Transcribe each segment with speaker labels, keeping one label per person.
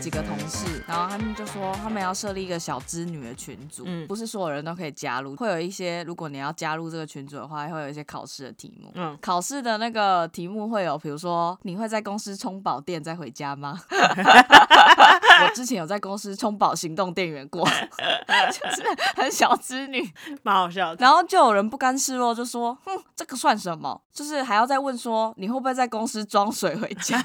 Speaker 1: 几个同事，然后他们就说他们要设立一个小织女的群组，
Speaker 2: 嗯
Speaker 1: 不是所有人都可以加入，会有一些如果你要加入这个群组的话，会有一些考试的题目。
Speaker 2: 嗯，
Speaker 1: 考试的那个题目会有，比如说你会在公司充饱电再回家吗？ 我之前有在公司充饱行动电源过， 就是很小织女。
Speaker 2: 蛮好笑的。
Speaker 1: 然后就有人不甘示弱，就说：“哼，这个算什么？就是还要再问说你会不会在公司装水回家？”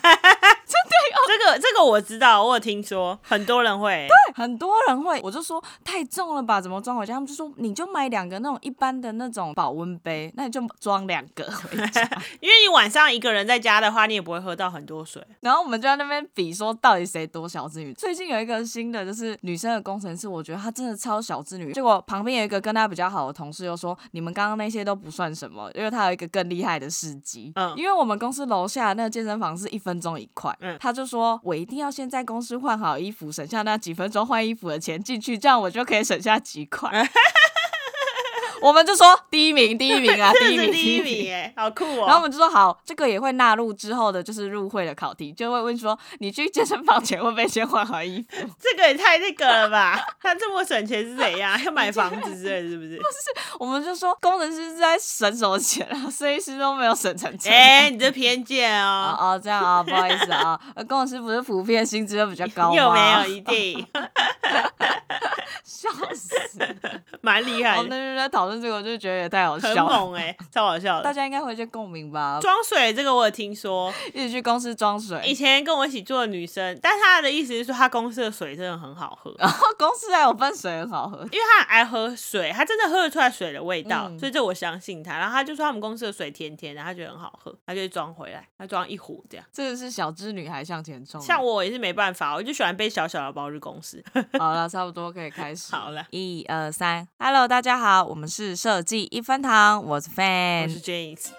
Speaker 2: 这个这个我知道，我有听说，很多人会、
Speaker 1: 很多人会，我就说太重了吧，怎么装回家？他们就说你就买两个那种一般的那种保温杯，那你就装两个回家。
Speaker 2: 因为你晚上一个人在家的话，你也不会喝到很多水。
Speaker 1: 然后我们就在那边比说到底谁多小资女。最近有一个新的就是女生的工程师，我觉得她真的超小资女。结果旁边有一个跟她比较好的同事又说，你们刚刚那些都不算什么，因为她有一个更厉害的事迹。
Speaker 2: 嗯
Speaker 1: 因为我们公司楼下那个健身房是一分钟一块，
Speaker 2: 嗯
Speaker 1: 她就说我一定要先在公司换好衣服，省下那几分钟换衣服的钱进去，这样我就可以省下几块。 我们就说第一名，第一名 啊，第一
Speaker 2: 这
Speaker 1: 名，
Speaker 2: 是第一名哎、好酷哦、
Speaker 1: 然后我们就说好，这个也会纳入之后的，就是入会的考题，就会问说你去健身房前会不会先换好衣服？
Speaker 2: 这个也太那个了吧？他这么省钱是怎样？要买房子之类的是不是？
Speaker 1: 我们就说工程师是在省什么钱啊？设计师都没有省 成钱。
Speaker 2: 哎、你这偏见
Speaker 1: 哦
Speaker 2: 哦、
Speaker 1: 哦，这样啊，不好意思啊，呃工程师不是普遍薪资都比较高吗？
Speaker 2: 有没有？一定
Speaker 1: 笑 死！
Speaker 2: 蛮厉
Speaker 1: 然
Speaker 2: 害
Speaker 1: 后哦
Speaker 2: 的，
Speaker 1: 那就在讨论这个，我就觉得也太好
Speaker 2: 很
Speaker 1: 笑了。
Speaker 2: 猛哎、超好笑
Speaker 1: 大
Speaker 2: 的。
Speaker 1: 家应该会有一些共鸣吧？
Speaker 2: 装水这个我有听说，
Speaker 1: 一起去公司装
Speaker 2: 以
Speaker 1: 水，
Speaker 2: 前跟我一起住的女生，但她的意思是说，她公司的水真的很好 喝，
Speaker 1: 然后哦公司还有分水很好喝。
Speaker 2: 因为她很爱喝水，她真的喝得出来水的味道，
Speaker 1: 嗯
Speaker 2: 所以这我相信她。然后她就说他们公司的水甜甜的，她觉得很好喝，她就会装回来，她装一壶这样。
Speaker 1: 这个是小资女孩向前冲。啊
Speaker 2: 像我也是没办法，我就喜欢背小小的包去公 司。
Speaker 1: 好了，差不多可以开始。
Speaker 2: 好了，
Speaker 1: 一二三，Hello，大家好，我们是设计一分堂，我是
Speaker 2: 我
Speaker 1: Fan
Speaker 2: 是。James，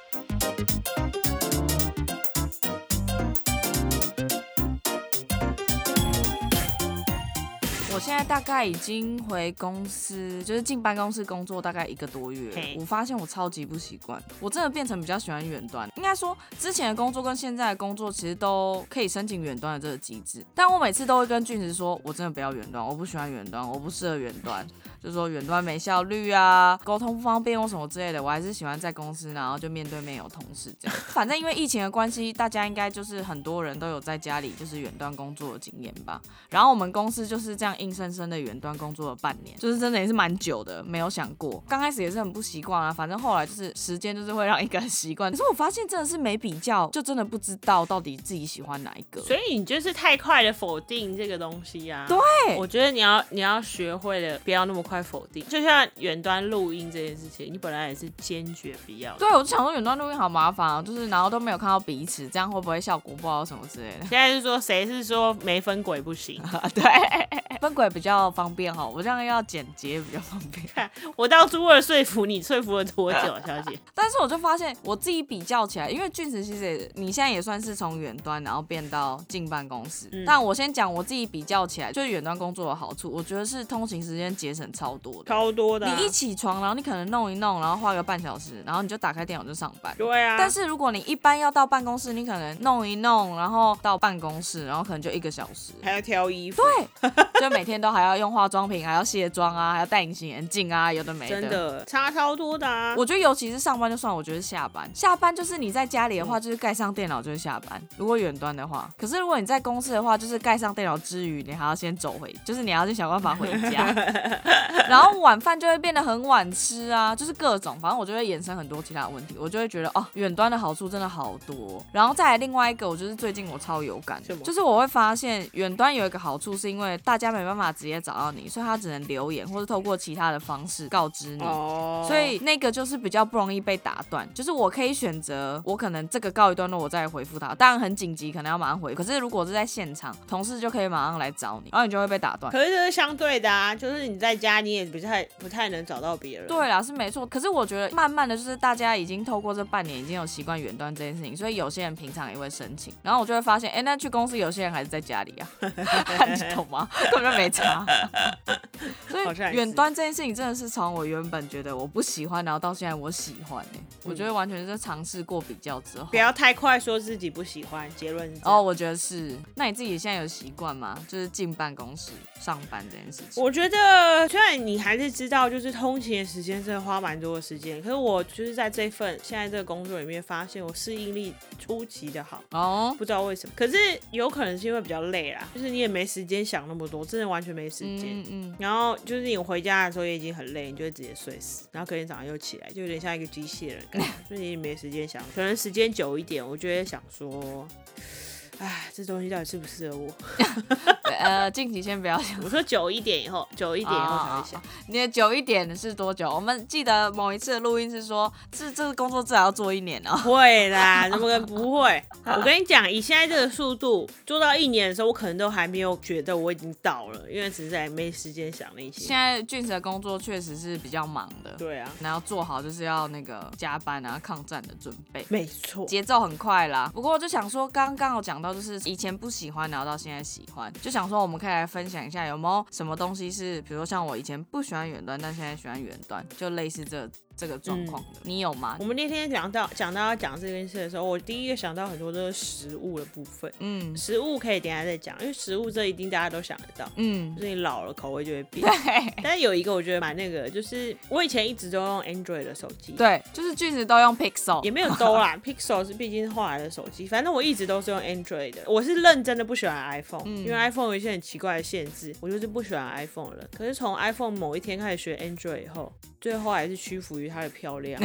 Speaker 1: 我现在大概已经回公司，就是进办公室工作大概一个多月了
Speaker 2: 嘿。
Speaker 1: 我发现我超级不习惯，我真的变成比较喜欢远端。应该说之前的工作跟现在的工作其实都可以申请远端的这个机制，但我每次都会跟俊子说，我真的不要远端，我不喜欢远端，我不适合远端。就说远端没效率啊，沟通不方便或什么之类的，我还是喜欢在公司，然后就面对面有同事这样。反正因为疫情的关系，大家应该就是很多人都有在家里就是远端工作的经验吧。然后我们公司就是这样硬生生的远端工作了半年，就是真的也是蛮久的，没有想过。刚开始也是很不习惯啊，反正后来就是时间就是会让一个人习惯。可是我发现真的是没比较，就真的不知道到底自己喜欢哪一个。
Speaker 2: 所以你就是太快的否定这个东西啊。
Speaker 1: 对
Speaker 2: 我觉得你要你要学会了，不要那么快否定。就像远端录音这件事情，你本来也是坚决不要的。
Speaker 1: 对，我就想说远端录音好麻烦啊，就是然后都没有看到彼此，这样会不会效果不好什么之类的？
Speaker 2: 现在是说谁是说没分轨不行？
Speaker 1: 对，哎分轨比较方便哈，我这样要简洁比较方便。
Speaker 2: 我当初为了说服你，说服了多久，啊 小姐？
Speaker 1: 但是我就发现我自己比较起来，因为俊子其实也你现在也算是从远端然后变到进办公室。
Speaker 2: 嗯
Speaker 1: 但我先讲我自己比较起来，就是远端工作的好处，我觉得是通勤时间节省超多的。
Speaker 2: 超多的啊、
Speaker 1: 你一起床，然后你可能弄一弄，然后花个半小时，然后你就打开电脑就上班。
Speaker 2: 对啊，
Speaker 1: 但是如果你一般要到办公室，你可能弄一弄，然后到办公室，然后可能就一个小时。
Speaker 2: 还要挑衣服，
Speaker 1: 就每天都还要用化妆品，还要卸妆啊，还要戴隐形眼镜啊，有的没
Speaker 2: 真的差超多的啊。
Speaker 1: 我觉得尤其是上班就算，我觉得下班，下班就是你在家里的话，
Speaker 2: 嗯
Speaker 1: 就是盖上电脑就是下班。如果远端的话，可是如果你在公司的话，就是盖上电脑之余，你还要先走回，就是你还要去想办法回 家。 然后晚饭就会变得很晚吃啊，就是各种，反正我就会衍生很多其他的问题，我就会觉得哦，远端的好处真的好多。然后再来另外一个，我就是最近我超有感
Speaker 2: 什，么
Speaker 1: 就是我会发现远端有一个好处，是因为大家没办法直接找到你，所以他只能留言或是透过其他的方式告知你。
Speaker 2: 哦，
Speaker 1: 嗯所以那个就是比较不容易被打断，就是我可以选择，我可能这个告一段落，我再回复他。当然很紧急，可能要马上回。可是如果是在现场，同事就可以马上来找你，然后你就会被打断。
Speaker 2: 可是这是相对的啊，就是你在家你也不太不太能找到别人。
Speaker 1: 对啦，是没错。可是我觉得慢慢的就是大家已经透过这半年已经有习惯远端这件事情，所以有些人平常也会申请，然后我就会发现，哎、那去公司有些人还是在家里 啊， 你懂吗？根本就没差。所
Speaker 2: 好像也
Speaker 1: 以
Speaker 2: 是
Speaker 1: 远端这件事情真的是从我原本觉得我不喜欢，然后到现在我喜欢、欸，我觉得完全是尝试过比较之后。
Speaker 2: 嗯不要太快说自己不喜欢，结论是这样
Speaker 1: 哦，我觉得是。那你自己现在有习惯吗？就是进办公室上班这件事情。
Speaker 2: 我觉得虽然你还是知道，就是通勤的时间真的花蛮多的时间，可是我就是在这份现在这个工作里面，发现我适应力出奇的好。
Speaker 1: 哦，
Speaker 2: 不知道为什么，可是有可能是因为比较累啦，就是你也没时间想那么多，真的完全没时间。
Speaker 1: 嗯嗯，
Speaker 2: 然后就是你回家的时候也已经很累，你就会直接睡死，然后隔天早上又起来，就有点像一个机器人感觉，所以你也没时间想。可能时间久一点，我就会想说，哎，这东西到底适不适合我？
Speaker 1: 对呃，近期先不要想，
Speaker 2: 我说久一点以后，久一点以后才会想。
Speaker 1: 你的久一点是多久？我们记得某一次的录音是说，这这个工作至少要做一年哦。
Speaker 2: 会啦，怎么可能不会？我跟你讲，以现在这个速度做到一年的时候，我可能都还没有觉得我已经到了，因为实在没时间想那 些
Speaker 1: 现。在俊子的工作确实是比较忙的，
Speaker 2: 对啊，
Speaker 1: 然后做好就是要那个加班啊、抗战的准备。
Speaker 2: 没错。
Speaker 1: 节奏很快啦。不过我就想说，刚刚有讲到，就是以前不喜欢，然后到现在喜欢，就想说我们可以来分享一下有没有什么东西是，比如说像我以前不喜欢远端，但现在喜欢远端，就类似这这个状况的，你有吗
Speaker 2: 我？们那天讲到讲到要讲这件事的时候，我第一个想到很多都是食物的部分。
Speaker 1: 嗯
Speaker 2: 食物可以等一下再讲，因为食物这一定大家都想得到，
Speaker 1: 嗯
Speaker 2: 就，是你老了口味就会变。
Speaker 1: 对。
Speaker 2: 但是有一个我觉得蛮那个的，就是我以前一直都用 Android 的手机，
Speaker 1: 对，就是句子都用 Pixel，
Speaker 2: 也没有兜啦，Pixel 是毕竟是后来的手机，反正我一直都是用 Android 的。我是认真的不喜欢 iPhone，、因为 iPhone 有一些很奇怪的限制，我就是不喜欢 iPhone 了。可是从 iPhone 某一天开始学 Android 以后，最后还是屈服于它的漂亮。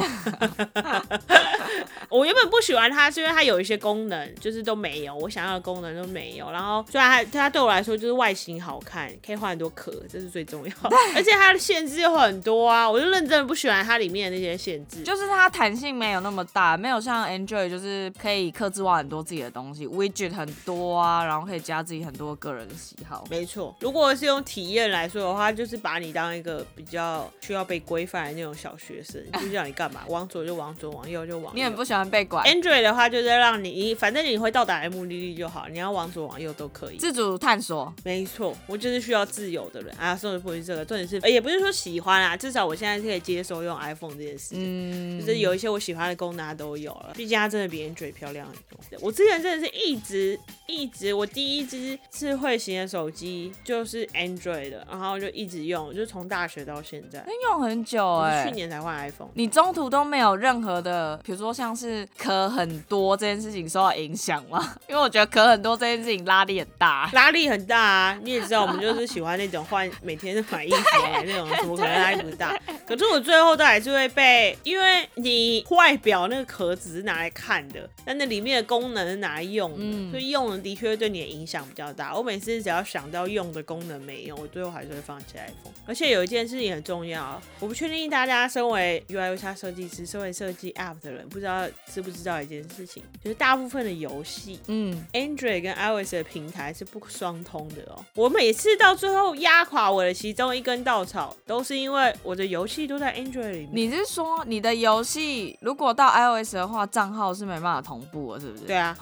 Speaker 2: 我原本不喜欢它，是因为它有一些功能就是都没有，我想要的功能都没有。然后虽然它它对我来说就是外形好看，可以换很多壳，这是最重要。而且它的限制有很多啊，我就认真的不喜欢它里面的那些限制。
Speaker 1: 就是它弹性没有那么大，没有像 Android 就是可以克制化很多自己的东西，widget 很多啊，然后可以加自己很多个人的喜好。
Speaker 2: 没错，如果是用体验来说的话，就是把你当一个比较需要被规范的那种小学生，就叫你干嘛，往左就往左，往右就往右。
Speaker 1: 你很不喜欢被管，
Speaker 2: Android 的话，就是让你，反正你会到达的目的地就好，你要往左往右都可以。
Speaker 1: 自主探索，
Speaker 2: 没错，我就是需要自由的人啊。说的不是这个，重点是，呃也不是说喜欢啊，至少我现在是可以接受用 iPhone 这件事情。
Speaker 1: 嗯，
Speaker 2: 就是有一些我喜欢的功能它啊都有了，毕竟它真的比 a n d 漂亮很多。我之前真的是一直一直，我第一只智慧型的手机就是 Android 的，然后就一直用，就从大学到现在，
Speaker 1: 那用很久
Speaker 2: 我
Speaker 1: 哎、
Speaker 2: 是去年才换 iPhone。
Speaker 1: 你中途都没有任何的，比如说像是壳很多这件事情受到影响吗？ 因为我觉得壳很多这件事情拉力很大。
Speaker 2: 拉力很大啊！你也知道，我们就是喜欢那种换，每天买衣服买那种，怎么可能拉力不大？可是我最后都还是会被，因为你外表那个壳只是拿来看的，但那里面的功能是拿来用的，所以用的的确对你的影响比较大。我每次只要想到用的功能没用，我最后还是会放弃 iPhone。而且有一件事情很重要，我不确定大家身为 UI u 叉设计师、身为设计 App 的人，不知道知不知道一件事情，就是大部分的游戏
Speaker 1: 嗯，
Speaker 2: Android 跟 iOS 的平台是不双通的哦。我每次到最后压垮我的其中一根稻草，都是因为我的游戏都在 Android 里面。
Speaker 1: 你是说你的游戏如果到 iOS 的话，账号是没办法同步的，是不是？
Speaker 2: 对，啊，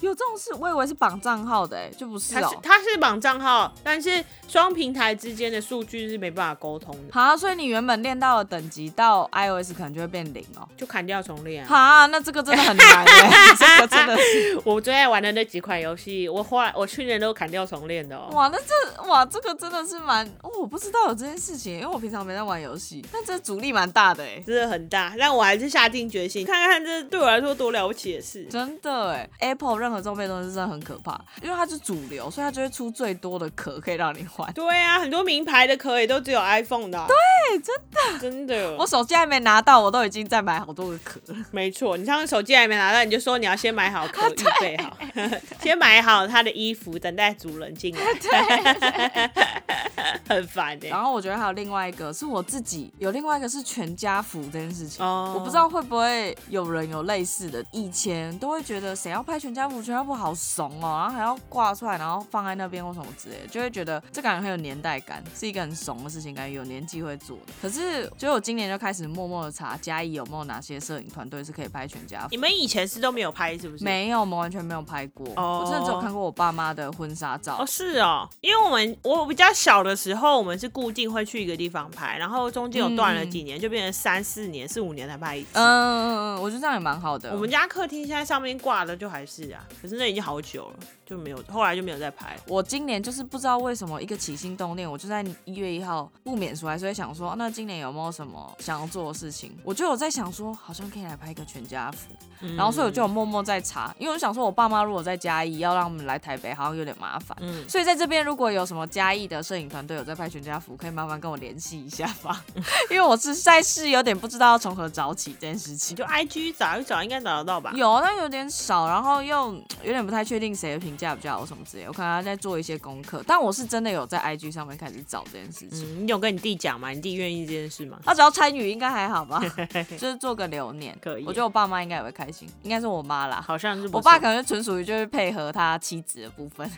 Speaker 1: 有这种事，我以为是绑账号的、欸，就不是
Speaker 2: 它
Speaker 1: 哦、
Speaker 2: 是它是绑账号，但是双平台之间的数据是没办法沟通的，
Speaker 1: 好，所以你原本练到的等级到 iOS 可能就会变零哦、
Speaker 2: 就砍掉重练啊。
Speaker 1: 哈，那这个真的很难、欸，这个真的是
Speaker 2: 我最爱玩的那几款游戏，我后来我去年都砍掉重练的哦。
Speaker 1: 哇，那这哇，这个真的是蛮、哦，我不知道有这件事情，因为我平常没在玩游戏，但这阻力蛮大的哎、
Speaker 2: 真的很大，但我还是下定决心，看看这对我来说多了不起的事。
Speaker 1: 真的哎，Apple 任何装备都是真的很可怕，因为它是主流，所以它就会出最多的壳可以让你换。
Speaker 2: 对啊，很多名牌的壳也都只有 iPhone 的、对，真的，真的。
Speaker 1: 我手机还没拿到，我都已经在买好多个壳了。
Speaker 2: 没错，你上次手机还没拿到，你就说你要先买好壳，预备好， 先买好他的衣服，等待主人进来。 很烦哎、
Speaker 1: 然后我觉得还有另外一个是我自己，有另外一个是全家福这件事情。
Speaker 2: 哦
Speaker 1: 我不知道会不会有人有类似的，以前都会觉得谁要拍全家福，全家福好怂哦，然后还要挂出来，然后放在那边或什么之类的，就会觉得这感觉很有年代感，是一个很怂的事情，感觉有年纪会做。的。可是，所以我今年就开始默默的查嘉义有没有哪些摄影团队是可以拍全家 福
Speaker 2: 你。们以前是都没有拍是不是？
Speaker 1: 没有，我们完全没有拍过。
Speaker 2: 哦
Speaker 1: 我真的只有看过我爸妈的婚纱照。
Speaker 2: 哦，是哦，因为我们我比较小的时候，我们是固定会去一个地方拍，然后中间有断了几年，就变成三四年、四五年才拍一次。
Speaker 1: 嗯嗯嗯嗯，我觉得这样也蛮好的。
Speaker 2: 我们家客厅现在上面挂的就还是啊，可是那已经好久了，就没有，后来就没有再拍了。
Speaker 1: 我今年就是不知道为什么一个起心动念，我就在一月一号不免俗，还是会想说，啊那今年有没有什么想要做的事情？我就有在想说，好像可以来拍一个全家福，
Speaker 2: 嗯
Speaker 1: 然后所以我就有默默在查，因为我想说，我爸妈如果在嘉义，要让我们来台北，好像有点麻烦。
Speaker 2: 嗯
Speaker 1: 所以在这边，如果有什么嘉义的摄影团队有在拍全家福，可以麻烦跟我联系一下吧， 因为我实在是有点不知道要从何找起这件事情
Speaker 2: 你。就 IG 找一找，应该找得到吧？
Speaker 1: 有，但有点少，然后又有点不太确定谁的评价比较好什么之类的。我可能还在做一些功课，但我是真的有在 IG 上面开始找这件事情。啊
Speaker 2: 嗯，你有跟你弟讲吗？你弟愿意这件事吗？
Speaker 1: 他只要参与应该还好吧， 就是做个留念。
Speaker 2: 可以
Speaker 1: 我觉得我爸妈应该也会开心，应该是我妈 啦。
Speaker 2: 好像是不
Speaker 1: 我爸可能就纯属于就是配合他妻子的部 分。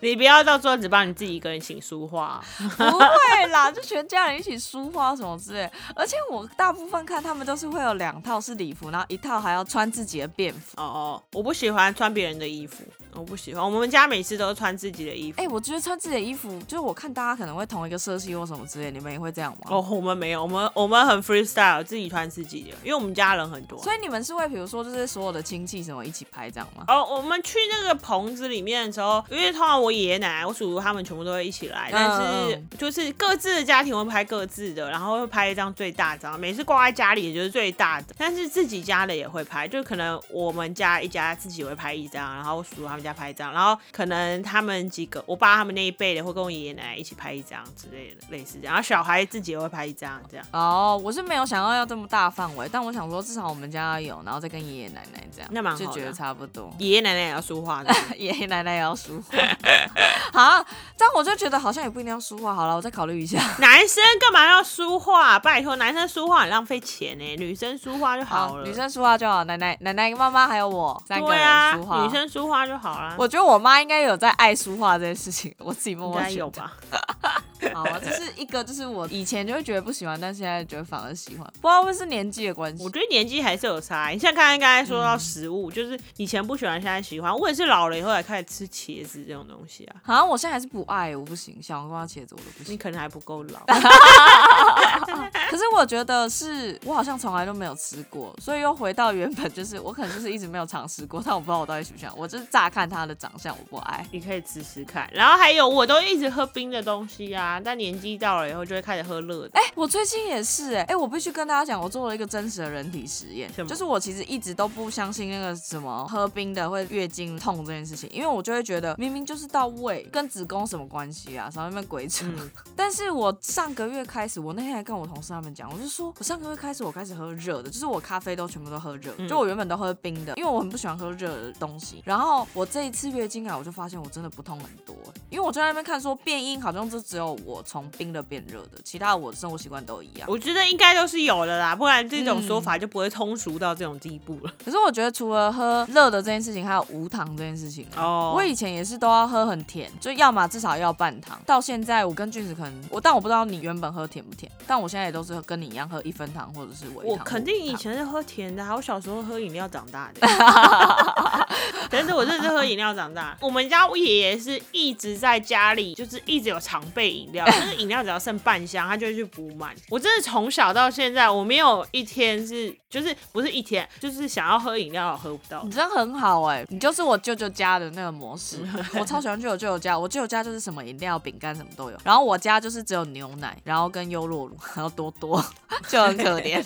Speaker 2: 你不要到最后只帮你自己一个人请书画啊、
Speaker 1: 不会啦，就全家人一起梳花什么之类。而且我大部分看他们都是会有两套是礼服，然后一套还要穿自己的便服。
Speaker 2: 哦哦，我不喜欢穿别人的衣服，我不喜欢。我们家每次都穿自己的衣服。
Speaker 1: 哎、我觉得穿自己的衣服，就是我看大家可能会同一个色系或什么之类，你们也会这样吗？
Speaker 2: 哦，我们没有，我们我们很 freestyle，自己穿自己的，因为我们家人很多。
Speaker 1: 所以你们是会比如说就是所有的亲戚什么一起拍这样吗？
Speaker 2: 哦，我们去那个棚子里面的时候，因为通常我爷爷奶奶、我叔叔他们全部都会一起来，但是
Speaker 1: 嗯
Speaker 2: 就是各自的家庭会拍各自的，然后会拍一张最大张，每次挂在家里也就是最大的，但是自己家的也会拍，就可能我们家一家自己会拍一张，然后我叔叔他们家拍一张，然后可能他们几个我爸他们那一辈的会跟我爷爷奶奶一起拍一张之类的，类似这样，然后小孩自己也会拍一张这样。
Speaker 1: 哦，我是没有想要要这么大范围，但我想说至少我们家有，然后再跟爷爷奶奶这样，
Speaker 2: 那蛮好的啊
Speaker 1: 就觉得差不 多。
Speaker 2: 爷爷奶奶也要说话的，
Speaker 1: 爷爷奶奶 也要梳化，好，但我就觉得好像也不一定要梳化。好了，我再考虑一下。
Speaker 2: 男生干嘛要梳化？拜托，男生梳化很浪费钱呢、女生梳化就好了。
Speaker 1: 女生梳化就好，奶奶、奶奶、妈妈还有我三个
Speaker 2: 对啊，
Speaker 1: 人梳化。
Speaker 2: 女生梳化就好啦。
Speaker 1: 我觉得我妈应该有在爱梳化这件事情，我自己默
Speaker 2: 应
Speaker 1: 默
Speaker 2: 该
Speaker 1: 觉
Speaker 2: 有
Speaker 1: 得。
Speaker 2: 吧？
Speaker 1: 好啊，这是一个，就是我以前就会觉得不喜欢，但现在觉得反而喜欢，不知道会不会是年纪的关系
Speaker 2: 我。觉得年纪还是有差欸、你像刚才刚才说到
Speaker 1: 嗯
Speaker 2: 食物，就是以前不喜欢，现在喜欢。我也是老了以后才开始吃茄子这种东西啊。
Speaker 1: 好像我现在还是不爱，我不行，小黄瓜茄子我都不
Speaker 2: 你
Speaker 1: 行。
Speaker 2: 可能还不够 老，
Speaker 1: 可是我觉得是我好像从来都没有吃过，所以又回到原本，就是我可能就是一直没有尝试过，但我不知道我到底喜不喜欢。我就是乍看它的长相，我不爱。
Speaker 2: 你可以吃吃看。然后还有，我都一直喝冰的东西啊，但年纪到了以后就会开始喝热的。
Speaker 1: 哎、我最近也是哎、哎、我必须跟大家讲，我做了一个真实的人体实验
Speaker 2: 什，么
Speaker 1: 就是我其实一直都不相信那个什么喝冰的会月经痛这件事情，因为我就会觉得明明就是到胃，跟子宫什么关系啊，少在那边鬼扯。
Speaker 2: 嗯
Speaker 1: 但是我上个月开始，我那天还跟我同事他们讲，我就说我上个月开始我开始喝热的，就是我咖啡都全部都喝
Speaker 2: 嗯
Speaker 1: 热，就我原本都喝冰的，因为我很不喜欢喝热的东西。然后我这一次月经来，我就发现我真的不痛很多，因为我就在那边看说变硬好像就只有我从冰的变热的，其他我的生活习惯都一样。
Speaker 2: 我觉得应该都是有的啦，不然这
Speaker 1: 嗯
Speaker 2: 种说法就不会通俗到这种地步了。
Speaker 1: 可是我觉得除了喝热的这件事情，还有无糖这件事情。啊
Speaker 2: 哦
Speaker 1: 我以前也是都要喝很甜，就要么至少要半糖。到现在我跟俊子可能我，但我不知道你原本喝甜不甜，但我现在也都是跟你一样喝一分糖或者是微糖。
Speaker 2: 我肯定以
Speaker 1: 无糖
Speaker 2: 前是喝甜的啊、我小时候喝饮料长大的。真的，我真的是喝饮料长大。我们家我爷爷是一直在家里，就是一直有常备饮料，就是饮料只要剩半箱，他就会去补满。我真的从小到现在，我没有一天是就是不是一天，就是想要喝饮料喝不到
Speaker 1: 你。这样很好哎、你就是我舅舅家的那个模式，
Speaker 2: 嗯
Speaker 1: 我超喜欢去我舅舅家。我舅舅家就是什么饮料、饼干什么都有，然后我家就是只有牛奶，然后跟优酪乳，还有多多， 就很可 怜。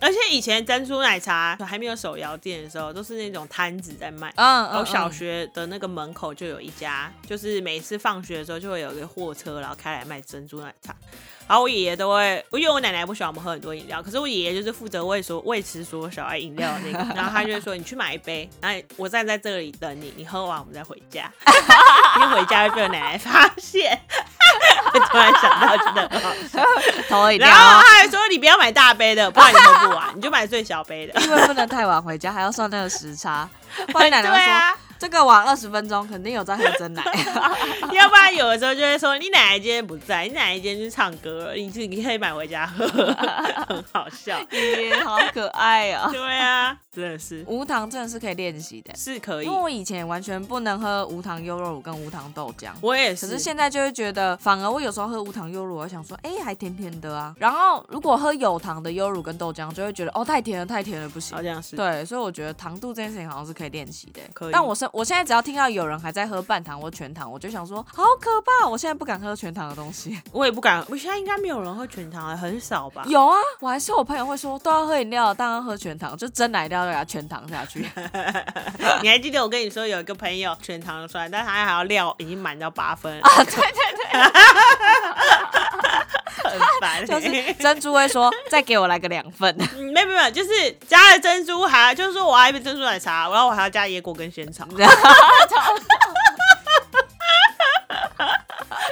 Speaker 2: 而且以前珍珠奶茶还没有手摇店的时候，都是那种摊子在卖。
Speaker 1: 嗯，嗯
Speaker 2: 然后小
Speaker 1: 嗯
Speaker 2: 学的那个门口就有一家，就是每次放学的时候就会有一个货车，然后开来卖珍珠奶茶。然后我爷爷都会，因为我奶奶不喜欢我们喝很多饮料，可是我爷爷就是负责喂所喂食所有小孩饮料的 那个，然后他就会说你去买一杯，然后我站在这里等你，你喝完我们再回 家，因为回家会被我奶奶发现。 突然想到，真的很好笑。
Speaker 1: 头一啊
Speaker 2: 然 后他还说你不要买大杯的，不然你喝不完，你就买最小杯 的。
Speaker 1: 因为不能太晚回家，还要算那个时差。不然奶奶会
Speaker 2: 对
Speaker 1: 说。
Speaker 2: 啊，
Speaker 1: 这个晚二十分钟肯定有在喝真 奶。
Speaker 2: 要不然有的时候就会说你奶奶今天不在，你奶奶今天去唱歌了，你自己可以买回家喝， 很好笑。
Speaker 1: 耶，好可爱 啊！
Speaker 2: 对啊，真的是
Speaker 1: 无糖真的是可以练习的，
Speaker 2: 是可以
Speaker 1: 因为，我以前完全不能喝无糖优酪乳跟无糖豆浆。
Speaker 2: 我也
Speaker 1: 可
Speaker 2: 是。
Speaker 1: 是现在就会觉得，反而我有时候喝无糖优乳，我会想说，哎、还甜甜的啊。然后如果喝有糖的优乳跟豆浆，就会觉得哦，太甜了，太甜了，不行
Speaker 2: 好。像呃是
Speaker 1: 对，所以我觉得糖度这件事情好像是可以练习的。
Speaker 2: 可以
Speaker 1: 但我是我现在只要听到有人还在喝半糖或全糖，我就想说，好可怕！我现在不敢喝全糖的东 西。
Speaker 2: 我也不敢，我现在应该没有人喝全糖了，很少吧？
Speaker 1: 有啊，我还是我朋友会说，都要喝饮料，当然喝全糖，就真奶料要给它全糖下 去。
Speaker 2: 你还记得我跟你说有一个朋友全糖出来，但他还要料已经满到八分，
Speaker 1: 啊，对对
Speaker 2: 很
Speaker 1: 对，
Speaker 2: 烦、欸。
Speaker 1: 就是珍珠会说，再给我来个两 份。
Speaker 2: 嗯 没有没有没有，就是加了珍珠还就是说我要一杯珍珠奶茶，然后我还要加椰果跟仙草，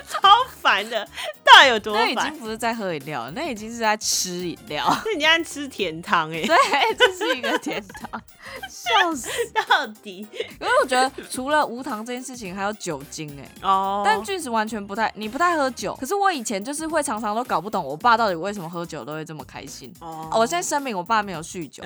Speaker 2: 超烦的，到底有多
Speaker 1: 那已
Speaker 2: 烦
Speaker 1: 经？不是在喝饮料，那已经是在吃饮料。
Speaker 2: 那你家吃甜汤哎、
Speaker 1: 对， 这是一个天堂，笑死！
Speaker 2: 到底
Speaker 1: 因为我觉得除了无糖这件事情，还有酒精哎、
Speaker 2: 哦
Speaker 1: 但俊石完全不太，你不太喝酒。可是我以前就是会常常都搞不懂，我爸到底为什么喝酒都会这么开心。
Speaker 2: 哦
Speaker 1: 哦我现在声明，我爸没有酗酒，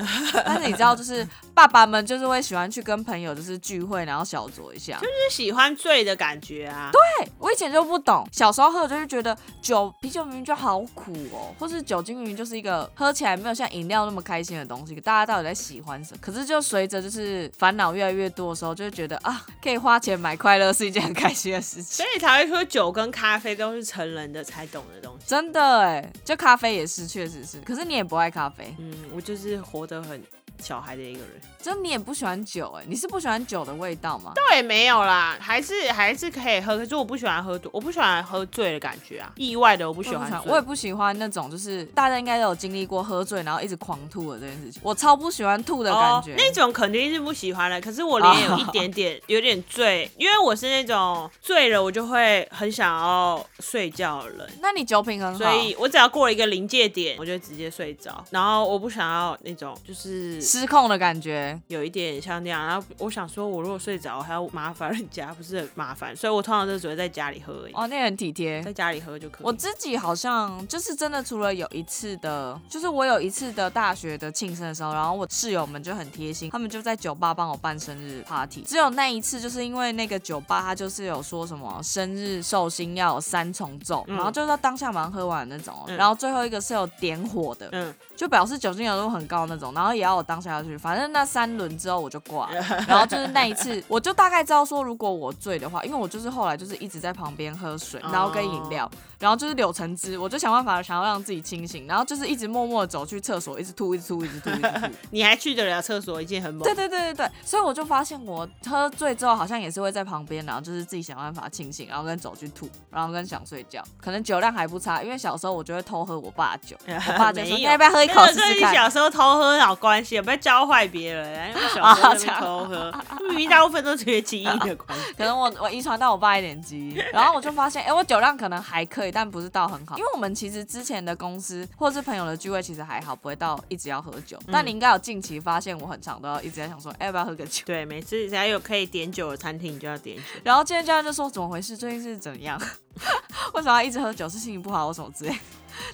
Speaker 1: 但是你知道，就是爸爸们就是会喜欢去跟朋友就是聚会，然后小酌一下。
Speaker 2: 就是喜欢醉的感觉啊，对，
Speaker 1: 对，我以前就不懂，小时候喝就是觉得酒啤酒明明就好苦哦，或是酒精明明就是一个喝起来没有像饮料那么开心的东西，大家到底在喜欢什么？可是就随着就是烦恼越来越多的时候，就会觉得啊，可以花钱买快乐是一件很开心的事情
Speaker 2: 所。以才会说酒跟咖啡都是成人的才懂的东西。
Speaker 1: 真的哎，就咖啡也是，确实是。可是你也不爱咖啡，
Speaker 2: 嗯，我就是活得很小孩的一个人，
Speaker 1: 就你也不喜欢酒哎，你是不喜欢酒的味道吗？
Speaker 2: 倒也没有啦，还是还是可以喝，可是我不喜欢喝多，我不喜欢喝醉的感觉啊，意外的我不喜欢
Speaker 1: 我
Speaker 2: 醉，
Speaker 1: 我也不喜欢那种，就是大家应该都有经历过喝醉然后一直狂吐的这件事情，我超不喜欢吐的感觉。
Speaker 2: 哦、那种肯定是不喜欢的。可是 我脸有一点点、有点醉，因为我是那种醉了我就会很想要睡觉的人。
Speaker 1: 那你酒品很好，
Speaker 2: 所以我只要过了一个临界点，我就直接睡着。然后我不想要那种，就是
Speaker 1: 失控的感觉。
Speaker 2: 有一点像那样。然后我想说，我如果睡着，我还要麻烦人家，不是很麻烦。所以我通常都只会在家里喝而已，
Speaker 1: 哦，那也很体贴。
Speaker 2: 在家里喝就可以。
Speaker 1: 我自己好像就是真的，除了有一次的，就是我有一次的大学的庆生的时候，然后我室友们就很贴心，他们就在酒吧帮我办生日 party。只有那一次，就是因为那个酒吧它就是有说什么生日寿星要有三重奏，
Speaker 2: 嗯
Speaker 1: 然后就是要当下马上喝完的那种哦，
Speaker 2: 嗯
Speaker 1: 然后最后一个是有点火的，
Speaker 2: 嗯，
Speaker 1: 就表示酒精浓度很高那种，然后也要我当下要去。反正那三轮之后我就挂了，然后就是那一次，我就大概知道说，如果我醉的话，因为我就是后来就是一直在旁边喝水，然后跟饮料，然后就是柳橙汁，我就想办法想要让自己清醒，然后就是一直默默的走去厕所，一直吐，一直吐，一直吐，一直吐。
Speaker 2: 你还去得了厕所，一件很猛。
Speaker 1: 对对对对对，所以我就发现我喝醉之后好像也是会在旁边，然后就是自己想办法清醒，然后跟走去吐，然后跟想睡觉，可能酒量还不差，因为小时候我就会偷喝我爸酒，我爸就
Speaker 2: 没
Speaker 1: 说
Speaker 2: 有
Speaker 1: 你要不要喝一
Speaker 2: 那
Speaker 1: 口
Speaker 2: 个
Speaker 1: 试
Speaker 2: 跟
Speaker 1: 试
Speaker 2: 你
Speaker 1: 看。啊
Speaker 2: 小时候偷喝有关系，不要教坏别 人。因为小时候在那边偷喝，明明大部分都是因为基因的关系。
Speaker 1: 可能我我遗传到我爸一点 基因，然后我就发现，哎、我酒量可能还可以，但不是到很好。因为我们其实之前的公司或是朋友的聚会，其实还好，不会到一直要喝酒。
Speaker 2: 嗯
Speaker 1: 但你应该有近期发现，我很常都要一直在想说，哎、要不要喝个酒？
Speaker 2: 对，每次只要有可以点酒的餐厅，你就要点酒。
Speaker 1: 然后今天教练就说怎么回事，最近是怎样？ 为什么要一直喝酒？是心情不好或什么之 类？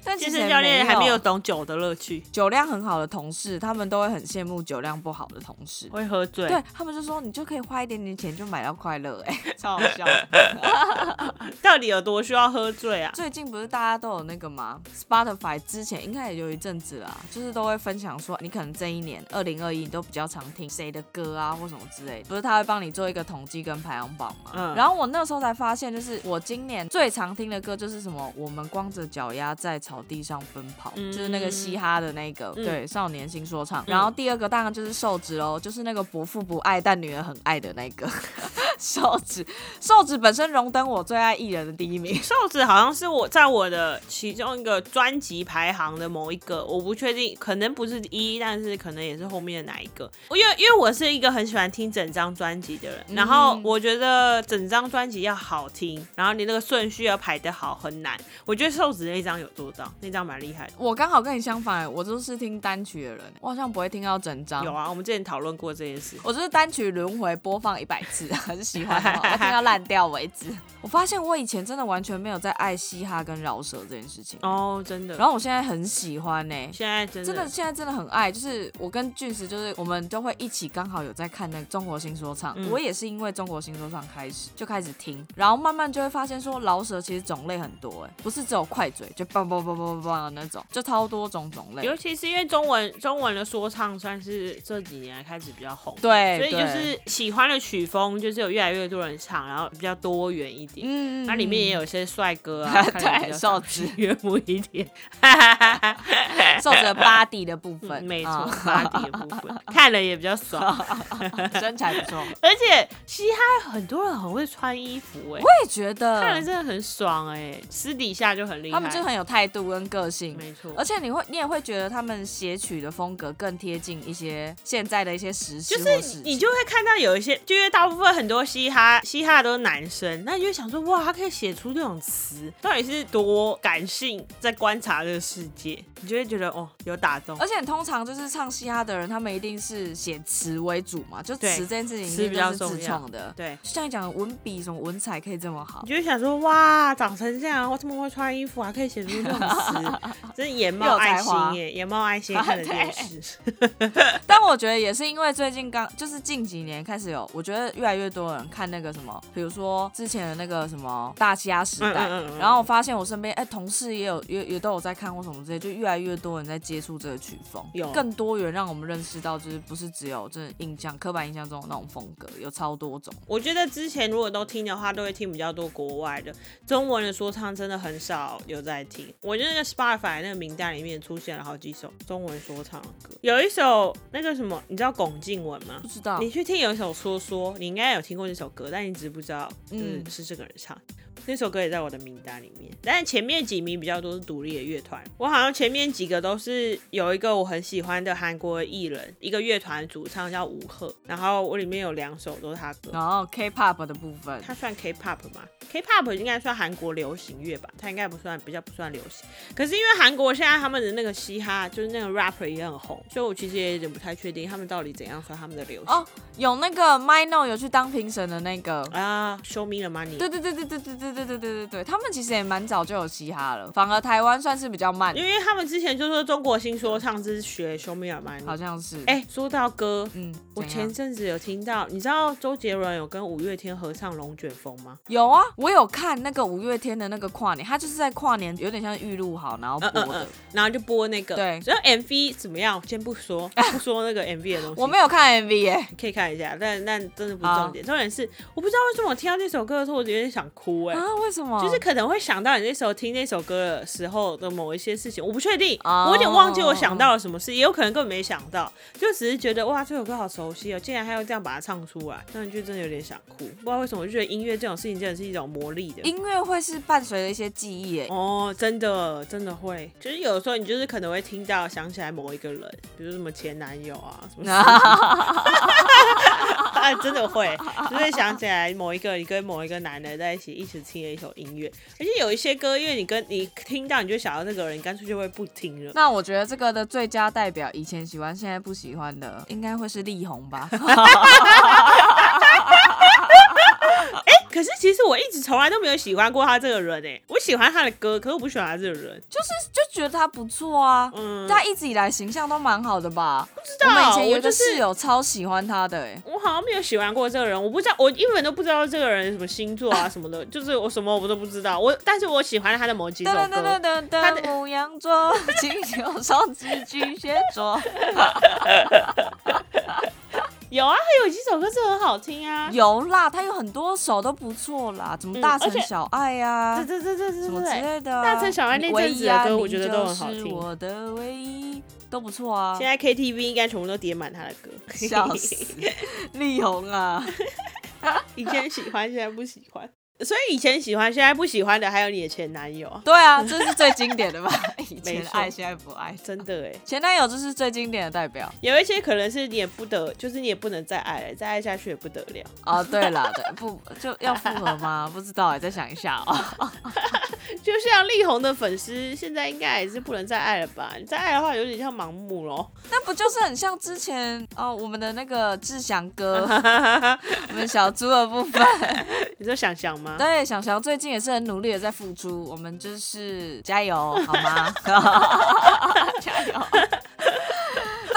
Speaker 1: 但
Speaker 2: 健
Speaker 1: 其实
Speaker 2: 身
Speaker 1: 也
Speaker 2: 教练还没有懂酒的乐趣，
Speaker 1: 酒量很好的同事，他们都会很羡慕酒量不好的同事。
Speaker 2: 会喝醉。
Speaker 1: 对他们就说你就可以花一点点钱就买到快乐，哎，超好笑的。
Speaker 2: 到底有多需要喝醉啊？
Speaker 1: 最近不是大家都有那个吗？Spotify 之前应该也有一阵子啦，就是都会分享说，你可能这一年二零二一都比较常听谁的歌啊，或什么之类的。不是他会帮你做一个统计跟排行榜嘛？
Speaker 2: 嗯
Speaker 1: 然后我那时候才发现，就是我今年最常听的歌就是什么，我们光着脚丫在草地上奔跑，
Speaker 2: 嗯
Speaker 1: 就是那个嘻哈的那个、
Speaker 2: 嗯
Speaker 1: 对少年新说唱。然后第二个当然就是瘦子喽，就是那个伯父不爱但女儿很爱的那个。 瘦子，瘦子本身荣登我最爱艺人的第一名。
Speaker 2: 瘦子好像是我在我的其中一个专辑排行的某一个，我不确定，可能不是一，但是可能也是后面的哪一个。因为因为我是一个很喜欢听整张专辑的人，
Speaker 1: 嗯
Speaker 2: 然后我觉得整张专辑要好听，然后你那个顺序要排得好很难。我觉得瘦子那张有做到，那张蛮厉害的。
Speaker 1: 我刚好跟你相反，我就是听单曲的人，我好像不会听到整张。
Speaker 2: 有啊，我们之前讨论过这件事。
Speaker 1: 我就是单曲轮回播放一百次，很喜欢哦，我听到烂掉为 止。我发现我以前真的完全没有在爱嘻哈跟饶舌这件事情，
Speaker 2: 哦，真的。
Speaker 1: 然后我现在很喜欢呢、欸
Speaker 2: 现在真的
Speaker 1: 真的现在真的很爱，就是我跟俊石，就是我们都会一起，刚好有在看那个中国新说唱，
Speaker 2: 嗯
Speaker 1: 我也是因为中国新说唱开始就开始听，然后慢慢就会发现说饶舌其实种类很多、哎，不是只有快嘴就棒棒棒棒棒的那种，就超多种种类。
Speaker 2: 尤其是因为中文中文的说唱算是这几年开始比较红，
Speaker 1: 对，
Speaker 2: 所以就
Speaker 1: 哎对
Speaker 2: 是喜欢的曲风就是有越来越多人唱，然后比较多元一点。
Speaker 1: 嗯，
Speaker 2: 那、里面也有一些帅哥 啊，看起来比
Speaker 1: 对
Speaker 2: 较
Speaker 1: 瘦子
Speaker 2: 悦目一点，
Speaker 1: 嗯受 着 body 的部 分，
Speaker 2: 嗯没错
Speaker 1: 啊，
Speaker 2: 八点部 分看了也比较爽，
Speaker 1: 身材 不错，我
Speaker 2: 而且嘻哈很多人很会穿衣服哎、
Speaker 1: 也觉
Speaker 2: 看了
Speaker 1: 得
Speaker 2: 真的很爽哎、私底下就很厉害，
Speaker 1: 啊他们就很有态度跟个性。
Speaker 2: 没错，
Speaker 1: 而且你会，你也会觉得他们写曲的风格更贴近一些现在的一些时事
Speaker 2: 就
Speaker 1: 或事
Speaker 2: 是
Speaker 1: 情，
Speaker 2: 你就会看到有一些，就因为大部分很多嘻哈嘻哈都是男生，那你就想说哇，他可以写出这种词，到底是多感性在观察这个世界，你就会觉得哦有打动。
Speaker 1: 而且通常就是唱嘻哈的人，他们一定是写词为主嘛，就
Speaker 2: 对
Speaker 1: 词这件事情
Speaker 2: 词
Speaker 1: 一定
Speaker 2: 比较
Speaker 1: 都是
Speaker 2: 重
Speaker 1: 自
Speaker 2: 要
Speaker 1: 创的。
Speaker 2: 对，
Speaker 1: 就像你讲的文笔什么文采可以这么好
Speaker 2: 你，就会想说哇，长成这样，我这么会穿衣服，还可以写出这种 词，真是眼
Speaker 1: 又
Speaker 2: 冒
Speaker 1: 有才
Speaker 2: 爱心
Speaker 1: 华
Speaker 2: 耶，眼冒爱心看了这 件事。
Speaker 1: 但我觉得也是因为最近刚就是近几年开始有，我觉得越来越多人看那个什么，比如说之前的那个什么大嘻哈时代，
Speaker 2: 嗯嗯嗯嗯
Speaker 1: 然后我发现我身边哎、同事也有也也都有在看或什么之类，就越来越多人在接触这个曲风
Speaker 2: 有，
Speaker 1: 更多元让我们认识到，就是不是只有就是印象刻板印象中的那种风格，有超多种。
Speaker 2: 我觉得之前如果都听的话，都会听比较多国外的中文的说唱，真的很少有在听。我觉得那个 Spotify 那个名单里面出现了好几首中文说唱的歌，有一首那个什么，你知道龚静文吗
Speaker 1: 不？知道
Speaker 2: 你去听有一首说说，你应该有听过这首歌，但你只是不知道，嗯，
Speaker 1: 嗯
Speaker 2: 是这个人唱。那首歌也在我的名单里面，但是前面几名比较多是独立的乐团。我好像前面几个都是有一个我很喜欢的韩国艺人，一个乐团主唱叫吴赫，然后我里面有两首都是他歌。
Speaker 1: 然后 K-pop 的部分，
Speaker 2: 它算 K-pop 吗？K-pop 应该算韩国流行乐吧，它应该不算，比较不算流行。可是因为韩国现在他们的那个嘻哈，就是那个 rapper 也很红，所以我其实也有点不太确定他们到底怎样算他们的流行。
Speaker 1: 哦有那个 Mino 有去当评审的那个。
Speaker 2: 啊、s h o w me the money。
Speaker 1: 对对对对对对对对对对对对，他们其实也蛮早就有嘻哈了，反而台湾算是比较慢
Speaker 2: 因，为他们之前就说中国新说唱是学 Show me the money。
Speaker 1: 好像是。
Speaker 2: 哎、说到歌，
Speaker 1: 嗯，
Speaker 2: 我
Speaker 1: 怎样
Speaker 2: 前阵子有听到，你知道周杰伦有跟五月天合唱《龙卷风》吗？
Speaker 1: 有啊，我有看那个五月天的那个跨年，他就是在跨年，有点像预录好然后播
Speaker 2: 嗯
Speaker 1: 的。
Speaker 2: 嗯嗯，然后就播那个，
Speaker 1: 呃对
Speaker 2: 然后 MV 怎么样？先不说，不说那个 MV 的东西。
Speaker 1: 我没有
Speaker 2: 嗯
Speaker 1: 看 MV 耶、
Speaker 2: 可以看一下，但但真的不是
Speaker 1: 好
Speaker 2: 重点，重点是我不知道为什么我听到那首歌的时候，我有点想哭哎、
Speaker 1: 啊，为什么？
Speaker 2: 就是可能会想到你那时候听那首歌的时候的某一些事情，我不确定，
Speaker 1: 哦
Speaker 2: 我有点忘记我想到了什么事，也有可能根本没想到，就只是觉得哇这首歌好熟悉哦，竟然还要这样把它唱出来，那你就真的有点想哭，不知道为什么，我就觉得音乐这种事情真的是一种魔力 的。
Speaker 1: 音乐会是伴随着一些记忆 耶、
Speaker 2: 哦，真的真的会，就是有时候你就是可能会听到想起来某一个人，比如什么前男友啊 什么 啊，真的会，就会想起来某一个你跟某一个男的在一起一起听的一首音乐，而且有一些歌，因为你跟你听到你就想到那个人，你干脆就会不听了。
Speaker 1: 那我觉得这个的最佳代表，以前喜欢现在不喜欢的，应该会是力宏吧？
Speaker 2: 可是其实我一直从来都没有喜欢过他这个人诶、我喜欢他的歌，可是我不喜欢他这个人。
Speaker 1: 就觉得他不错啊，
Speaker 2: 嗯
Speaker 1: 他一直以来形象都蛮好的吧？不知
Speaker 2: 道
Speaker 1: 我们以前有一
Speaker 2: 我就
Speaker 1: 个
Speaker 2: 是
Speaker 1: 室友超喜欢他的、欸，
Speaker 2: 我好像没有喜欢过这个人，我不知道，我一本都不知道这个人什么星座 啊什么的，就是我什么我都不知道。我但是我喜欢他的某几首
Speaker 1: 噔噔噔
Speaker 2: 歌，
Speaker 1: 噔
Speaker 2: 他
Speaker 1: 噔
Speaker 2: 的
Speaker 1: 噔，母羊座、 金牛、双子、巨蟹座，
Speaker 2: 有啊，他有几首歌是很好听啊。
Speaker 1: 有啦，他有很多首都不错啦，怎么
Speaker 2: 嗯
Speaker 1: 大
Speaker 2: 而
Speaker 1: 城
Speaker 2: 且
Speaker 1: 小爱呀、
Speaker 2: 对对对对对
Speaker 1: 啊什么之
Speaker 2: 对。
Speaker 1: 类的啊、
Speaker 2: 大城小爱那
Speaker 1: 唯
Speaker 2: 阵子
Speaker 1: 一
Speaker 2: 的
Speaker 1: 啊
Speaker 2: 歌我
Speaker 1: 你
Speaker 2: 觉得都很好
Speaker 1: 就是
Speaker 2: 听
Speaker 1: 我的唯一都不错啊
Speaker 2: 现。在 KTV 应该全部都点满他的歌，
Speaker 1: 笑死，力宏啊，
Speaker 2: 以前喜欢，现在不喜欢。所以以前喜欢，现在不喜欢的，还有你的前男友啊，
Speaker 1: 对啊，这是最经典的 吧？以
Speaker 2: 没
Speaker 1: 前
Speaker 2: 错
Speaker 1: 爱，现在不爱。
Speaker 2: 真的哎。
Speaker 1: 前男友就是最经典的代表
Speaker 2: 有一些可能是你也不得，就是你也不能再爱了，再爱下去也不得了。
Speaker 1: 哦。对了，对， 不就要复合 吗？不知道哎，再想一下哦。
Speaker 2: 就像力宏的粉丝，现在应该也是不能再爱了吧？你再爱的话，有点像盲目咯。
Speaker 1: 那不就是很像之前哦，我们的那个志祥 哥，我们小猪的部分。
Speaker 2: 你说想想吗？
Speaker 1: 对，小翔最近也是很努力的在付出，我们就是加油好吗？ 加油！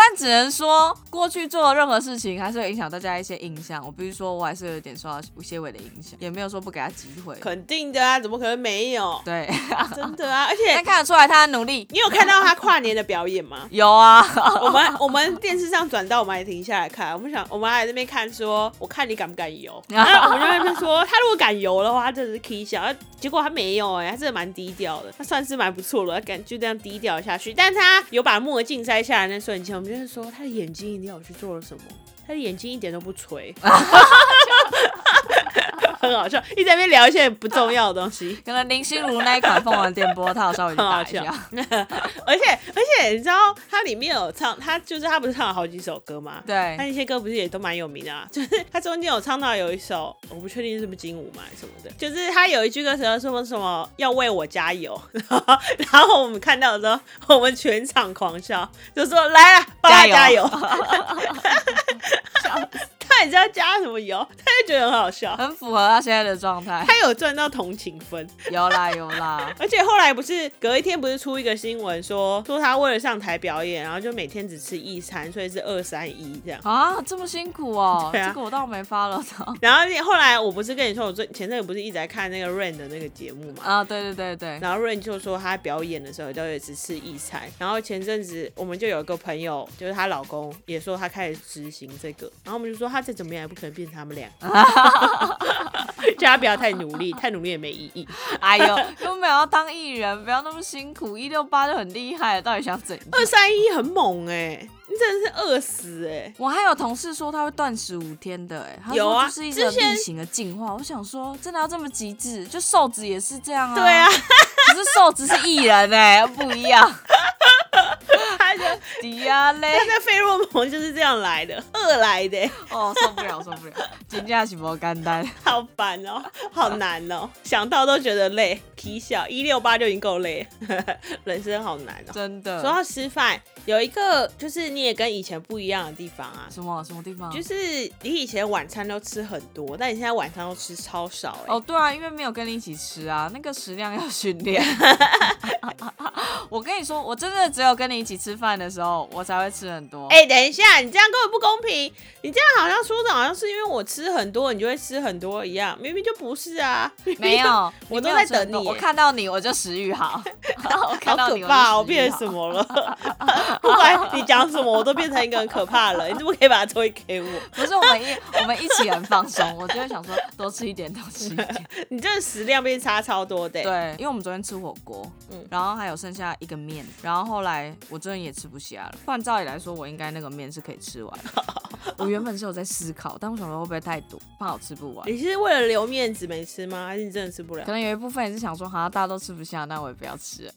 Speaker 1: 但只能说，过去做的任何事情还是会影响大家一些印象。我必须说，我还是有一点受到一些微的影响，也没有说不给他机会。
Speaker 2: 肯定的啊，怎么可能没 有？
Speaker 1: 对，
Speaker 2: 真的啊！而
Speaker 1: 但
Speaker 2: 且
Speaker 1: 看得出来他的努力。
Speaker 2: 你有看到他跨年的表演吗？
Speaker 1: 有啊，
Speaker 2: 我们我们电视上转到，我们还停下来看，我们想我们还在那边看说，我看你敢不敢游？然后我们就在那边说，他如果敢游的话，他真的是 K 小，结果他没有哎、他真的蛮低调的，他算是蛮不错了，他敢就这样低调下去。但他有把墨镜摘下来那瞬间，我们就是说他的眼睛一定要去做了什么，他的眼睛一点都不垂。很好笑，一直在那边聊一些不重要的东西。
Speaker 1: 可能林心如那一款凤凰电波套稍微就打一下
Speaker 2: 很。而且而且你知道，它里面有唱，他就是他不是唱了好几首歌吗？
Speaker 1: 对
Speaker 2: 他那些歌不是也都蛮有名的啊？就是他中间有唱到有一首，我不确定是不是精武嘛还是什么的，就是他有一句歌词说什么什么要为我加油，然后然后我们看到的时候，我们全场狂笑，就说来啊，帮他加
Speaker 1: 加
Speaker 2: 油。他也知道加什么油，他就觉得很好笑。
Speaker 1: 很符合他现在的状态。
Speaker 2: 他有赚到同情分，
Speaker 1: 有啦有啦，
Speaker 2: 而且后来不是隔一天不是出一个新闻说说他为了上台表演，然后就每天只吃一餐，所以是二三一这样。
Speaker 1: 啊，这么辛苦哦、
Speaker 2: 对啊
Speaker 1: 这个我倒没发了到。
Speaker 2: 然后后来我不是跟你说，我最前阵子不是一直在看那个 Rain 的那个节目嘛？
Speaker 1: 啊，对对对对，
Speaker 2: 然后 Rain 就说他表演的时候都有只吃一餐。然后前阵子我们就有一个朋友，就是她老公也说他开始执行这个，然后我们就说他再怎么样也不可能变成他们俩，叫他不要太努力，太努力也没意义。
Speaker 1: 哎呦，根本要当艺人，不要那么辛苦，一六八就很厉害了，到底想怎样？
Speaker 2: 二三一很猛哎、你真的是饿死哎、
Speaker 1: 我还有同事说他会断食五天的、哎，他
Speaker 2: 有
Speaker 1: 说
Speaker 2: 啊
Speaker 1: 就是一个
Speaker 2: 之前
Speaker 1: 例行的进化。我想说，真的要这么极致？就瘦子也是这样啊。
Speaker 2: 对 啊，，
Speaker 1: 可是瘦子是艺人哎、 不一样。
Speaker 2: 他就
Speaker 1: 迪亚嘞，
Speaker 2: 他的费洛蒙就是这样来的，饿来的、 欸
Speaker 1: 哦，受不了，受不了， 金价是不干单。
Speaker 2: 好烦哦、好难哦、想到都觉得累。皮小一六八就已经够累了， 人生好难哦、
Speaker 1: 真的。
Speaker 2: 说到吃饭，有一个就是你也跟以前不一样的地方啊，
Speaker 1: 什么什么地方？
Speaker 2: 就是你以前晚餐都吃很多，但你现在晚餐都吃超少、欸，
Speaker 1: 哦，对啊，因为没有跟你一起吃啊， 那个食量要训 练。我跟你说，我真的只有跟你一起吃饭的时候，我才会吃很多。
Speaker 2: 哎、等一下，你这样根本不公平！你这样好像说的好像是因为我吃很多，你就会吃很多一样，明明就不是啊！
Speaker 1: 没有，
Speaker 2: 我
Speaker 1: 你没
Speaker 2: 都
Speaker 1: 有
Speaker 2: 在
Speaker 1: 吃很
Speaker 2: 等
Speaker 1: 多
Speaker 2: 你
Speaker 1: 我
Speaker 2: 耶
Speaker 1: 看到你我就食欲好， 我看
Speaker 2: 好
Speaker 1: 到
Speaker 2: 可
Speaker 1: 你
Speaker 2: 怕哦、我
Speaker 1: 我就食欲
Speaker 2: 变
Speaker 1: 好
Speaker 2: 成什么了？ 不管你讲什么，我都变成一个很可怕的人。你怎么可以把它推给我？
Speaker 1: 不是我们一我们一起很放松，我就会想说多吃一点，多吃一 点。
Speaker 2: 你这食量变差超多的、欸。
Speaker 1: 对，因为啊我们昨天吃火锅，
Speaker 2: 嗯
Speaker 1: 然后还有剩下一个面，然后后来我真的也吃不下了。换照理来说，我应该那个面是可以吃完 的。我原本是有在思考，但我想说会不会太多，怕我吃不完。
Speaker 2: 你是为了留面子没吃吗？还是你真的吃不 了
Speaker 1: 可？能有一部分也是想说，好像大家都吃不下，那我也不要吃了。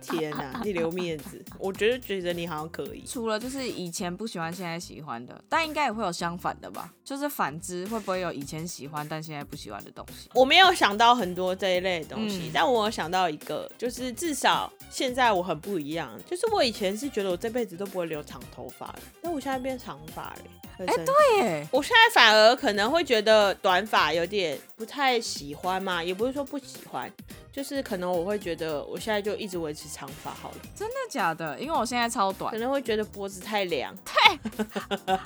Speaker 2: 天哪、你留面子，我觉得觉得你好像可以。
Speaker 1: 除了就是以前不喜欢，现在喜欢的，但应该也会有相反的吧？就是反之，会不会有以前喜欢但现在不喜欢的东西？
Speaker 2: 我没有想到很多这一类的东西，
Speaker 1: 嗯
Speaker 2: 但我有想到一个，就是至少现在我很不一样，就是我以前是觉得我这辈子都不会留长头发的，那我现在变长发了。哎、对，
Speaker 1: 对，
Speaker 2: 我现在反而可能会觉得短发有点不太喜欢嘛，也不是说不喜欢，就是可能我会觉得我现在就一直维持长发好了，
Speaker 1: 真的假的？因为我现在超短
Speaker 2: 可，能会觉得脖子太凉，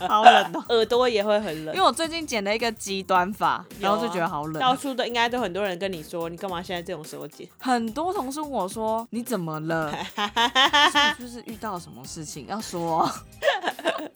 Speaker 1: 好冷哦、
Speaker 2: 耳朵也会很冷
Speaker 1: 因为。我最近剪了一个极短发，然后就觉得好冷。啊
Speaker 2: 到处都应该都很多人跟你说，你干嘛现在这种时候剪？
Speaker 1: 很多同事问我说：“你怎么了？是不是遇到什么事情要说 哦、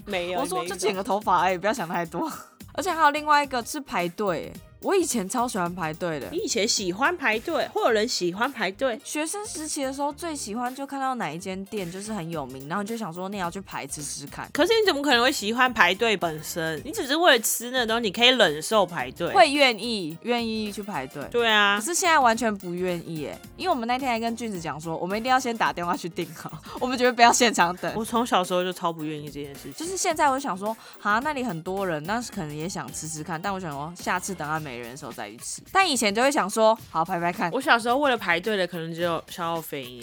Speaker 2: 没有，
Speaker 1: 我说：“
Speaker 2: 没
Speaker 1: 就
Speaker 2: 有
Speaker 1: 剪个头发而已，不要想太多。”而且还有另外一个是排队，我以前超喜欢排队的
Speaker 2: 你，以前喜欢排队，会有人喜欢排队，
Speaker 1: 学生时期的时候最喜欢就看到哪一间店就是很有名，然后你就想说那也要去排吃吃看。
Speaker 2: 可是你怎么可能会喜欢排队本身？你只是为了吃那东西，你可以忍受排队。
Speaker 1: 会愿意愿意去排队。
Speaker 2: 对
Speaker 1: 可
Speaker 2: 啊，
Speaker 1: 是现在完全不愿意耶，因为我们那天还跟俊子讲说，我们一定要先打电话去订好，我们绝对不要现场等。
Speaker 2: 我从小时候就超不愿意这件事情。
Speaker 1: 就是现在我就想说，哈，那里很多人，那是可能也想吃吃看，但我想说下次等他没人的时候再去吃。但以前就会想说，好排排看，
Speaker 2: 我小时候为了排队的，可能只有消耗费因。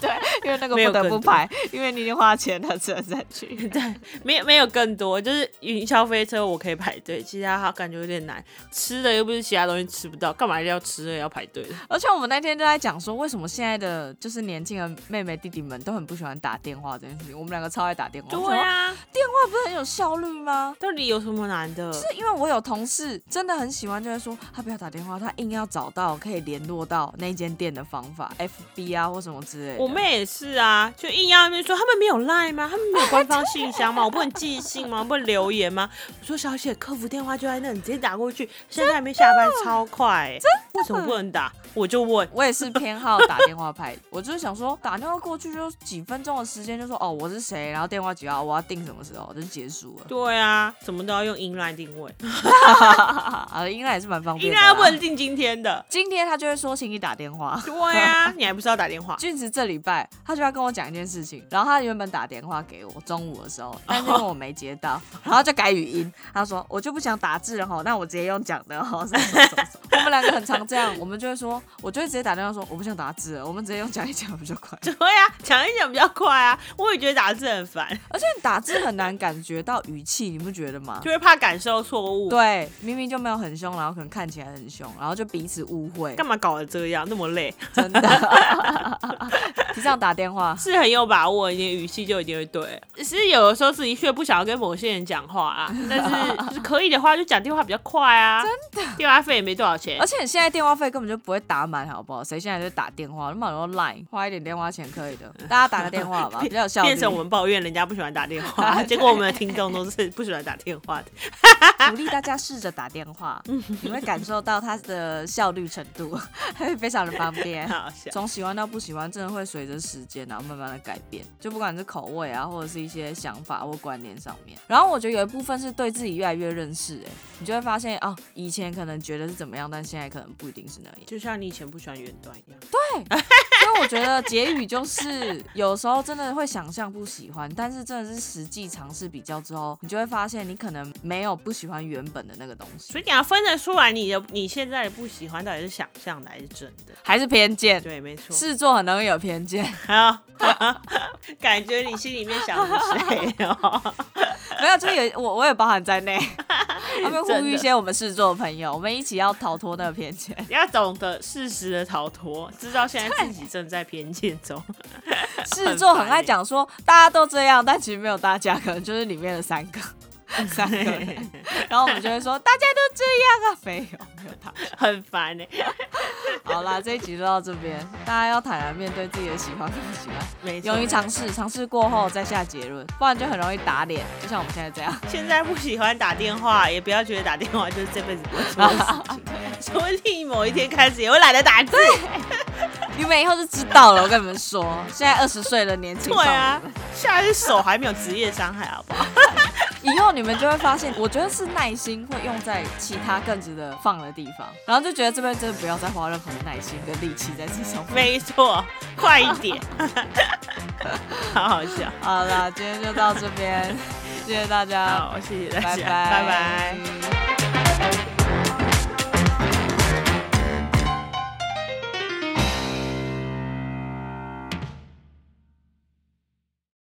Speaker 1: 对，因为那个
Speaker 2: 没
Speaker 1: 不
Speaker 2: 有
Speaker 1: 得不
Speaker 2: 更多
Speaker 1: 排，因为你已经花钱了，只能再去。
Speaker 2: 没有没有更多，就是云霄飞车我可以排队，其他好感觉有点难。吃的又不是其他东西吃不到，干嘛一定要吃的要排队的？
Speaker 1: 而且我们那天就在讲说，为什么现在的就是年轻的妹妹弟弟们都很不喜欢打电话这件事情。我们两个超爱打电话，我
Speaker 2: 对
Speaker 1: 想说
Speaker 2: 啊，
Speaker 1: 电话不是很有效率吗？
Speaker 2: 到底有什么难的？
Speaker 1: 是因为我有同事真的很喜欢，就会说他不要打电话，他硬要找到可以联络到那间店的方法，FB 啊或什么之类的。
Speaker 2: 我妹也是啊，就硬要那边说他们没有 line 吗？他们没有官方信箱 吗？我不能寄信吗？我不能留言吗？我说小姐，客服电话就在那，你直接打过去。现在还没下班，超快、欸，为什么不能打？我就问，
Speaker 1: 我也是偏好打电话派， 我就是想说打电话过去就几分钟的时间，就说哦我是谁，然后电话几号，我要定什么时候就结束 了。
Speaker 2: 对啊，怎么都要用 inline 定位
Speaker 1: 啊，应该也是蛮方便的
Speaker 2: ，inline 又不
Speaker 1: 啦。
Speaker 2: 能定今天的。
Speaker 1: 今天他就会说请你打电话。
Speaker 2: 对 啊，你还不是要打电话？
Speaker 1: 俊子这礼拜他就要跟我讲一件事情，然后他原本打电话给我，中午的时候，但是因为我没接到，然后就改语音。他说我就不想打字了吼，那我直接用讲的吼。什么什么什么什么我们两个很常这样，我们就会说，我就会直接打电话说我不想打字了，我们直接用讲一讲比较快。
Speaker 2: 对啊，讲一讲比较快啊。我也觉得打字很烦，
Speaker 1: 而且打字很难感觉到语气，你不觉得吗
Speaker 2: 就？会怕感受错误。
Speaker 1: 对，明明就没有很凶，然后可能看起来很凶，然后就彼此误会
Speaker 2: 干，嘛搞得这样，那么累？
Speaker 1: 真的。提倡打电话，
Speaker 2: 是很有把握，你的语气就一定会对。只是有的时候是的确不想要跟某些人讲话 啊，但是就是可以的话就讲电话比较快啊。真的，哦电话费也没多少钱
Speaker 1: 而。且你现在电话费根本就不会打满，好不好？谁现在就打电话，那么多 Line 花一点电话钱可 以的，大家打个电话好吧，比较有效率。
Speaker 2: 变成我们抱怨人家不喜欢打电 话，结果我们的听众都是不喜欢打电话 的。
Speaker 1: 鼓励大家试着打电话，你会感受到它的效率程度， 会非常的方便。
Speaker 2: 好笑。
Speaker 1: 从喜欢到不喜欢，真的会随着时间然后慢慢的改变，就不管是口味啊，或者是一些想法或观念上面。然后我觉得有一部分是对自己越来越认识、欸，你就会发现哦，以前可能觉得是怎么样，但现在可能不一定是那样。
Speaker 2: 就像你以前不喜欢远端一样，
Speaker 1: 因为我觉得结语就是有时候真的会想象不喜欢，但是真的是实际尝试比较之后，你就会发现你可能没有不喜欢原本的那个东西，
Speaker 2: 所以你要分得出来你的你现在的不喜欢到底是想象的还是真的。
Speaker 1: 还是偏见。
Speaker 2: 对，没错。
Speaker 1: 事做很容易有偏见，
Speaker 2: 好， 感觉你心里面想的是谁哦？
Speaker 1: 没有，就有我我也包含在 内。他们呼
Speaker 2: 真
Speaker 1: 吁
Speaker 2: 的
Speaker 1: 一些我们事做的朋友，我们一起要逃脱那个偏见。
Speaker 2: 要懂得适时的逃脱，知道现在自己正在偏见中。
Speaker 1: 事做很爱讲说大家都这样，但其实没有大家，可能就是里面的三个。三个 人，然后我们就会说大家都这样啊，没有没有大家。
Speaker 2: 很烦哎、
Speaker 1: 好啦，这一集就到这边，大家要坦然面对自己的喜欢跟不喜欢，
Speaker 2: 没错
Speaker 1: 勇于尝试，尝试过后再下结论，不然就很容易打脸，就像我们现在这样。
Speaker 2: 现在不喜欢打电话，也不要觉得打电话就是这辈子不会做的事情，说不定某一天开始也会懒得打字。
Speaker 1: 你们以后就知道了，我跟你们说，现在二十岁的年轻
Speaker 2: 对
Speaker 1: 少女
Speaker 2: 啊，现在是手还没有职业伤害，好不好？
Speaker 1: 以后你们就会发现，我觉得是耐心会用在其他更值得放的地方，然后就觉得这边真的不要再花任何的耐心跟力气在这上面。
Speaker 2: 没错，快一点， 好好笑。
Speaker 1: 好啦，今天就到这边，谢谢大家，
Speaker 2: 好，谢谢大家，啊
Speaker 1: 拜拜，
Speaker 2: 拜拜